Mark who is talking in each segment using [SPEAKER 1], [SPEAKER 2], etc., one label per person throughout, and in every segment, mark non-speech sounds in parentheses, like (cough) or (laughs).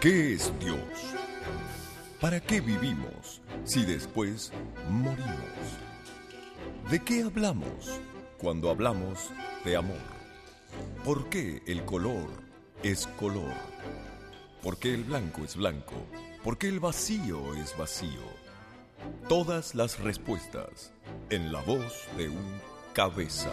[SPEAKER 1] ¿Qué es Dios? ¿Para qué vivimos si después morimos? ¿De qué hablamos cuando hablamos de amor? ¿Por qué el color es color? ¿Por qué el blanco es blanco? ¿Por qué el vacío es vacío? Todas las respuestas en la voz de un cabeza.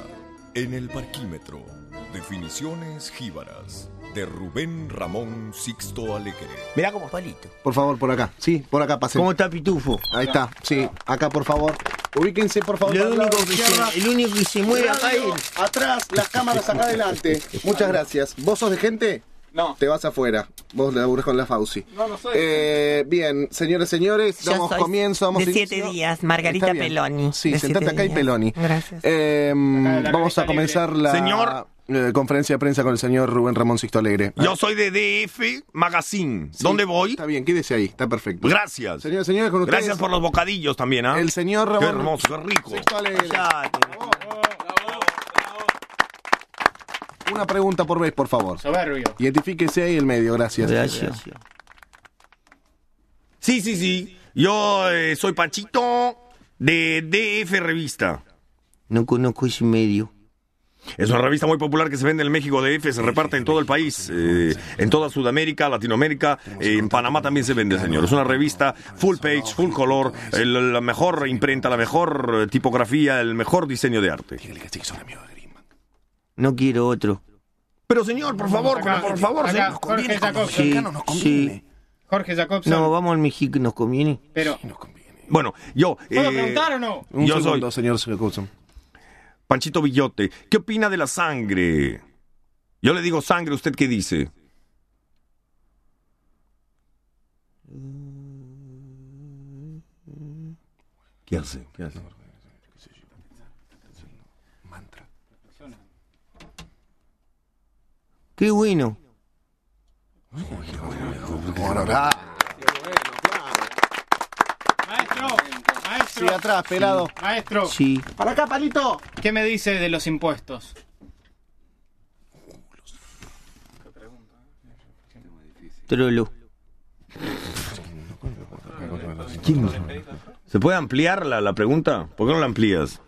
[SPEAKER 1] En el parquímetro, definiciones jíbaras de Rubén Ramón Sixto Alegre.
[SPEAKER 2] Mirá cómo palito.
[SPEAKER 3] Por favor, por acá. Sí, por acá pasen.
[SPEAKER 2] ¿Cómo está Pitufo?
[SPEAKER 3] Ahí está, sí. Acá, por favor. Ubíquense, por favor.
[SPEAKER 2] Lo
[SPEAKER 3] al lado
[SPEAKER 2] único que
[SPEAKER 3] izquierda.
[SPEAKER 2] se- el único que se mueve acá es.
[SPEAKER 3] Radio, Atrás, las cámaras acá adelante. Muchas gracias. ¿Vos sos de gente?
[SPEAKER 4] No.
[SPEAKER 3] Te vas afuera. Vos laburás con la Fauci.
[SPEAKER 4] No, no soy.
[SPEAKER 3] Eh, bien, señores, señores,
[SPEAKER 5] Yo
[SPEAKER 3] damos
[SPEAKER 5] soy
[SPEAKER 3] comienzo. Damos
[SPEAKER 5] de siete
[SPEAKER 3] inicio.
[SPEAKER 5] días, Margarita
[SPEAKER 3] Está bien.
[SPEAKER 5] Peloni,
[SPEAKER 3] Sí,
[SPEAKER 5] de
[SPEAKER 3] sentate
[SPEAKER 5] siete
[SPEAKER 3] acá y
[SPEAKER 5] días.
[SPEAKER 3] Peloni.
[SPEAKER 5] Gracias.
[SPEAKER 3] Eh,
[SPEAKER 4] la
[SPEAKER 3] vamos
[SPEAKER 4] cabeza
[SPEAKER 3] a comenzar la
[SPEAKER 6] Señor.
[SPEAKER 3] eh, conferencia de prensa con el señor Rubén Ramón Sixto Alegre.
[SPEAKER 6] Yo soy de DF Magazine. ¿Dónde voy?
[SPEAKER 3] Está bien, quédese ahí, está perfecto.
[SPEAKER 6] Gracias.
[SPEAKER 3] Señores, señores, con ustedes.
[SPEAKER 6] Gracias por los bocadillos también, ¿ah?
[SPEAKER 3] El señor
[SPEAKER 6] Qué
[SPEAKER 3] Ramón
[SPEAKER 6] hermoso, qué rico.
[SPEAKER 3] Sixto Alegre.
[SPEAKER 2] Cállate.
[SPEAKER 3] Una pregunta por vez, por favor.
[SPEAKER 4] Soberbio.
[SPEAKER 3] Identifíquese ahí el medio, gracias.
[SPEAKER 2] Gracias.
[SPEAKER 6] Sí, sí, sí. Yo eh, soy Panchito de DF Revista.
[SPEAKER 2] No conozco ese medio.
[SPEAKER 6] Es una revista muy popular que se vende en el México DF, se reparte en todo el país, eh, en toda Sudamérica, Latinoamérica, eh, en Panamá también se vende, señor. Es una revista full page, full color, el- la mejor imprenta, la mejor eh, tipografía, el mejor diseño de arte.
[SPEAKER 2] No quiero otro.
[SPEAKER 6] Pero señor, por favor,
[SPEAKER 4] Acá,
[SPEAKER 6] por favor,
[SPEAKER 4] acá,
[SPEAKER 6] señor.
[SPEAKER 4] Jorge Jacobson.
[SPEAKER 2] Sí,
[SPEAKER 3] nos
[SPEAKER 2] sí.
[SPEAKER 3] conviene.
[SPEAKER 4] Jorge Jacobson.
[SPEAKER 2] No, vamos al México, nos conviene.
[SPEAKER 4] pero,
[SPEAKER 6] Bueno, yo...
[SPEAKER 4] ¿puedo
[SPEAKER 6] eh,
[SPEAKER 4] preguntar o no?
[SPEAKER 3] Un
[SPEAKER 6] Yo
[SPEAKER 3] segundo, señor Siracousan.
[SPEAKER 6] Panchito Villote, ¿qué opina de la sangre? Yo le digo sangre, ¿usted qué dice? ¿Qué hace? ¿Qué hace?
[SPEAKER 2] Qué bueno.
[SPEAKER 3] Ah,
[SPEAKER 4] Maestro,
[SPEAKER 3] Sí,
[SPEAKER 4] maestro,
[SPEAKER 3] atrás, pelado.
[SPEAKER 4] maestro,
[SPEAKER 2] Sí.
[SPEAKER 3] ¡Para acá, palito!
[SPEAKER 4] ¿qué me dice de los impuestos?
[SPEAKER 2] Trolo.
[SPEAKER 6] ¿Se puede ampliar la, la pregunta? ¿Por qué no la amplías?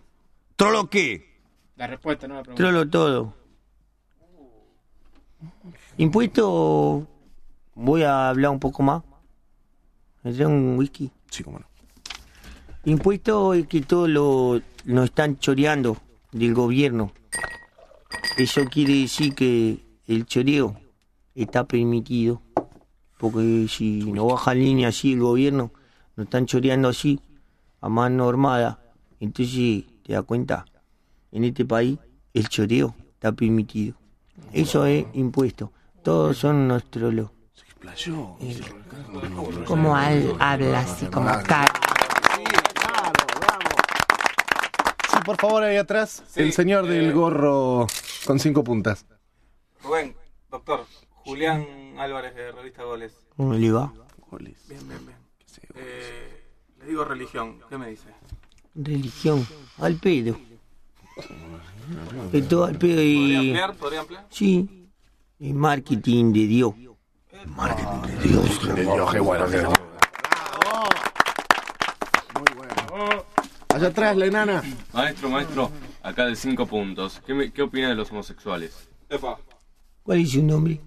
[SPEAKER 6] ¿Trolo qué?
[SPEAKER 4] La respuesta, no la pregunta.
[SPEAKER 2] Trolo todo. Impuesto. Voy a hablar un poco más. Me trae un whisky.
[SPEAKER 3] Sí, cómo no.
[SPEAKER 2] Impuesto es que todo lo nos están choreando del gobierno. Eso quiere decir que el choreo está permitido. Porque si no baja línea así el gobierno, nos están choreando así, a mano armada. Entonces, te das cuenta, en este país el choreo está permitido. Eso es impuesto. Todos son nuestros los.
[SPEAKER 5] Como al, habla así, como acá.
[SPEAKER 3] Sí, por favor, ahí atrás. Eh. el señor del gorro con cinco puntas.
[SPEAKER 7] Rubén, doctor, Julián Álvarez de Revista Goles.
[SPEAKER 2] ¿Cómo le va?
[SPEAKER 7] Eh, les digo religión, ¿qué me dice?
[SPEAKER 2] Religión, al pedo. Es todo al pedo
[SPEAKER 7] ¿Podría
[SPEAKER 2] y.
[SPEAKER 7] ampliar? ¿Podría ampliar?
[SPEAKER 2] Sí, y marketing de Dios.
[SPEAKER 3] Allá atrás, la enana.
[SPEAKER 8] Maestro, maestro, acá de cinco puntos. ¿Qué, me- qué opina de los homosexuales?
[SPEAKER 2] ¿Cuál es su nombre?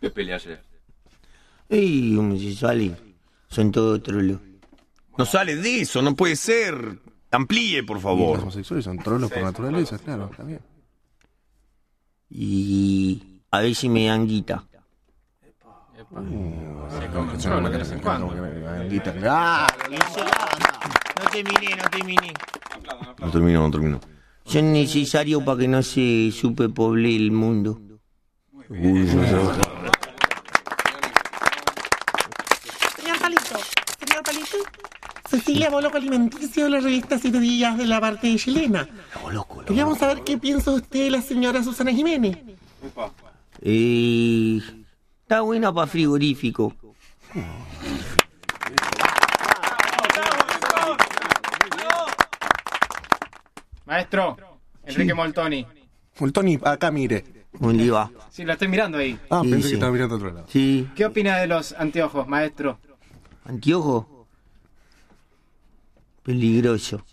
[SPEAKER 8] Me peleé ayer.
[SPEAKER 2] ¡Ey, homosexuales! Son todos trolos.
[SPEAKER 6] No sale de eso, no puede ser. Amplíe, por
[SPEAKER 3] Los
[SPEAKER 6] favor.
[SPEAKER 3] homosexuales son trolos por naturaleza, claro, está bien.
[SPEAKER 2] Y a veces me dan guita.
[SPEAKER 3] ¡Ah!
[SPEAKER 2] No terminé, no terminé.
[SPEAKER 6] No termino, no termino.
[SPEAKER 2] Son necesarios para que no se superpoble el mundo.
[SPEAKER 5] Señor Palito, señor Palito. Cecilia Boloco Alimenticio de la revista Siete Días de la parte chilena. Queríamos saber qué piensa usted de la señora Susana Jiménez.
[SPEAKER 2] Eh, está buena para frigorífico.
[SPEAKER 4] Maestro, Enrique Moltoni.
[SPEAKER 3] Tony, acá mire.
[SPEAKER 2] un diva.
[SPEAKER 4] Sí, lo estoy mirando ahí.
[SPEAKER 3] Ah,
[SPEAKER 2] Sí,
[SPEAKER 3] pensé
[SPEAKER 2] sí.
[SPEAKER 3] que estaba mirando a otro lado.
[SPEAKER 2] Sí,
[SPEAKER 4] ¿Qué opina de los anteojos, maestro?
[SPEAKER 2] anteojo. Peligroso.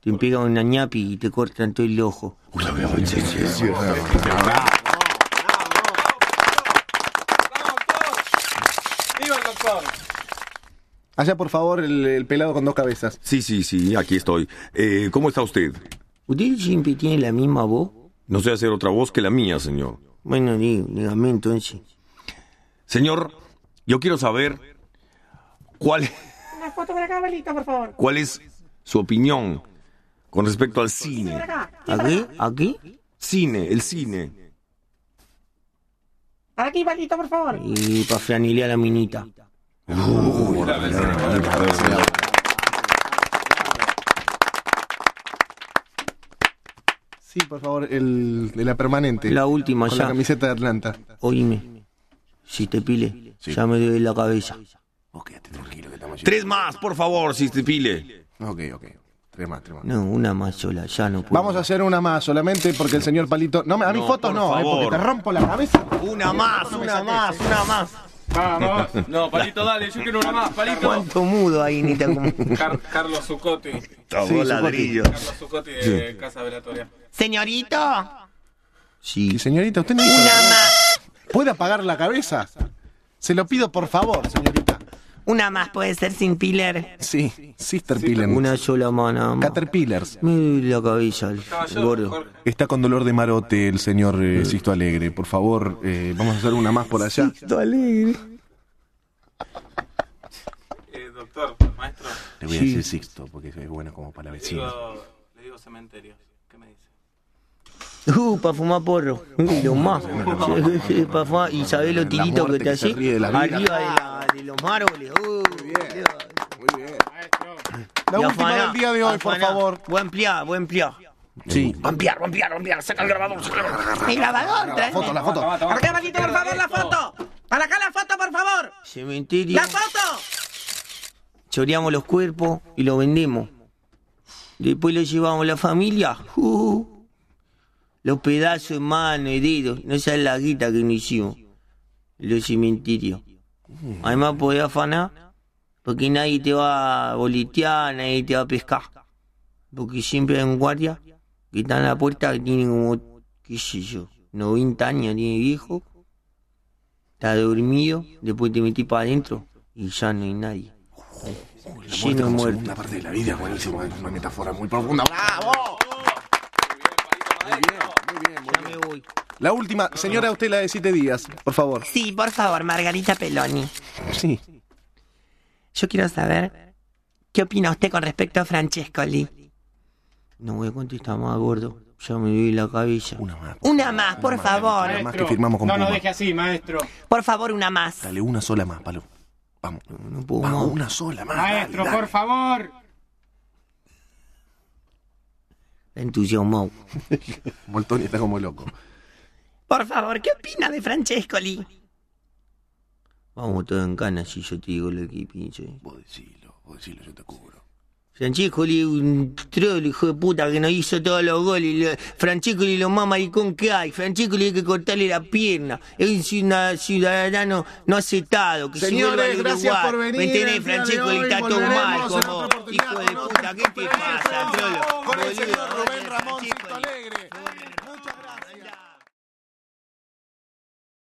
[SPEAKER 2] Te pega una ñapi y te cortan todo el ojo.
[SPEAKER 7] ¡Viva el doctor!
[SPEAKER 3] Allá, por favor, el, el pelado con dos cabezas.
[SPEAKER 6] Sí, sí, sí, aquí estoy. Eh, ¿Cómo está usted?
[SPEAKER 2] ¿Usted siempre tiene la misma voz?
[SPEAKER 6] No sé hacer otra voz que la mía, señor.
[SPEAKER 2] Bueno, dí- dígame entonces.
[SPEAKER 6] Señor, yo quiero saber cuál,
[SPEAKER 5] Una foto por acá, abuelito, por favor.
[SPEAKER 6] cuál es su opinión con respecto al cine.
[SPEAKER 5] Por acá.
[SPEAKER 2] ¿Aquí? ¿Aquí?
[SPEAKER 6] Cine, el cine.
[SPEAKER 5] Aquí, abuelito, por favor.
[SPEAKER 2] Y para franilear a la minita.
[SPEAKER 3] Sí, por favor, el de la permanente.
[SPEAKER 2] La última
[SPEAKER 3] con la
[SPEAKER 2] ya.
[SPEAKER 3] camiseta de Atlanta.
[SPEAKER 2] Oíme. Si te pile, ya me duele la cabeza.
[SPEAKER 6] Tres más, por favor, si te pile.
[SPEAKER 3] Ok, ok. Tres más, tres más.
[SPEAKER 2] No, una más sola, ya no puedo.
[SPEAKER 3] Vamos a hacer una más solamente porque el señor Palito. No, me- a mis
[SPEAKER 6] No,
[SPEAKER 3] fotos
[SPEAKER 6] por
[SPEAKER 3] no, eh, porque
[SPEAKER 6] favor.
[SPEAKER 3] te rompo la cabeza.
[SPEAKER 6] Una más, una más, una más.
[SPEAKER 4] Vamos.
[SPEAKER 8] No, palito, dale, yo quiero una más, palito.
[SPEAKER 2] ¿Cuánto mudo ahí, Nita? (laughs) como-
[SPEAKER 7] Car- Carlos Zucotti.
[SPEAKER 6] Todo ladrillo.
[SPEAKER 7] Carlos Zucotti de Casa Velatoria.
[SPEAKER 2] Señorito. Sí.
[SPEAKER 3] Y señorita, usted no hizo nada. ¿Puede apagar la cabeza? Se lo pido por favor, señorita.
[SPEAKER 9] Una más puede ser sin piler.
[SPEAKER 3] Sí, Sister Pillen.
[SPEAKER 2] Una sola mano.
[SPEAKER 3] Caterpillars.
[SPEAKER 2] Me duele la cabeza, el, el gordo.
[SPEAKER 7] Jorge.
[SPEAKER 3] Está con dolor de marote el señor eh, Sisto Alegre. Por favor, eh, vamos a hacer una más por allá.
[SPEAKER 7] Eh, doctor, maestro.
[SPEAKER 3] Le voy a decir Sixto porque es bueno como para
[SPEAKER 7] Le digo, le digo cementerio. ¿Qué me dice?
[SPEAKER 2] Uh, para fumar porro. Uh, lo más. (laughs) Pa' fumar. Y sabés los tiritos que
[SPEAKER 3] muerte
[SPEAKER 2] te
[SPEAKER 3] que se
[SPEAKER 2] haces.
[SPEAKER 3] ríe de la vida.
[SPEAKER 2] Arriba de, la- de los márboles. Uh,
[SPEAKER 4] Maestro.
[SPEAKER 3] La
[SPEAKER 2] y
[SPEAKER 3] última
[SPEAKER 2] afaná,
[SPEAKER 3] del día de hoy, por
[SPEAKER 2] afaná.
[SPEAKER 3] favor.
[SPEAKER 2] Buen pliá, buen pliá.
[SPEAKER 3] Sí.
[SPEAKER 2] Rompear, rompear, rompear. Saca el grabador, saca el grabador.
[SPEAKER 9] El grabador,
[SPEAKER 3] La foto, la foto.
[SPEAKER 5] Por acá, abuelito, por favor, la foto. Para acá la foto, por favor.
[SPEAKER 2] Cementerio.
[SPEAKER 5] La foto.
[SPEAKER 2] Choreamos los cuerpos y los vendemos. Después los llevamos a la familia. Uh, los pedazos en mano y dedos. No sabes la guita que nos hicimos. Los cementerios. Además podés afanar porque nadie te va a boletear, nadie te va a pescar. Porque siempre hay un guardia que está en la puerta que tiene como, qué sé yo, 90 años, tiene viejo. Está dormido, después te metí para adentro y ya no hay nadie. Lleno de muertos.
[SPEAKER 3] parte de la vida, buenísimo. Es una metáfora muy profunda.
[SPEAKER 2] Ya me voy.
[SPEAKER 3] La última, señora, usted la de siete días, por favor.
[SPEAKER 9] Sí, por favor, Margarita Peloni.
[SPEAKER 3] Sí.
[SPEAKER 9] Yo quiero saber qué opina usted con respecto a Francescoli.
[SPEAKER 2] No voy a contestar más, gordo. Ya me doy la cabeza.
[SPEAKER 3] Una más.
[SPEAKER 9] Una más, por favor.
[SPEAKER 3] más que firmamos con
[SPEAKER 4] no nos
[SPEAKER 3] Puma.
[SPEAKER 4] deje así, maestro.
[SPEAKER 9] Por favor, una más.
[SPEAKER 3] Dale una sola más, palo. Vamos.
[SPEAKER 2] No puedo
[SPEAKER 3] Vamos,
[SPEAKER 2] más.
[SPEAKER 3] una sola más.
[SPEAKER 4] Maestro,
[SPEAKER 3] dale,
[SPEAKER 4] por favor.
[SPEAKER 2] Entusiasmado.
[SPEAKER 3] dale. Moltoni está como loco.
[SPEAKER 9] Por favor, ¿qué opina de Francescoli?
[SPEAKER 2] Vamos todos en cana si yo te digo lo que pienso.
[SPEAKER 3] Vos decilo, vos decilo, yo te cubro.
[SPEAKER 2] Francescoli es un troll, hijo de puta, que nos hizo todos los goles. Lo- Francescoli lo más maricón que hay. Francescoli hay que cortarle la pierna. Es un ciudad- ciudadano no aceptado. Que se
[SPEAKER 3] Señores,
[SPEAKER 2] vuelva al
[SPEAKER 3] gracias
[SPEAKER 2] Uruguay.
[SPEAKER 3] por venir
[SPEAKER 2] ¿Me
[SPEAKER 3] el
[SPEAKER 2] entendés,
[SPEAKER 3] día de
[SPEAKER 2] Francescoli?
[SPEAKER 3] hoy?
[SPEAKER 2] Está todo
[SPEAKER 3] Volveremos
[SPEAKER 2] mal
[SPEAKER 3] en
[SPEAKER 2] con
[SPEAKER 3] otra
[SPEAKER 2] vos.
[SPEAKER 3] oportunidad
[SPEAKER 2] Hijo de
[SPEAKER 3] con
[SPEAKER 2] puta, ¿qué te
[SPEAKER 3] otra
[SPEAKER 2] pasa,
[SPEAKER 3] conferencia.
[SPEAKER 2] trolo?
[SPEAKER 3] Con el
[SPEAKER 2] Boludo,
[SPEAKER 3] señor Rubén Ramón
[SPEAKER 2] Francescoli.
[SPEAKER 3] Sisto Alegre.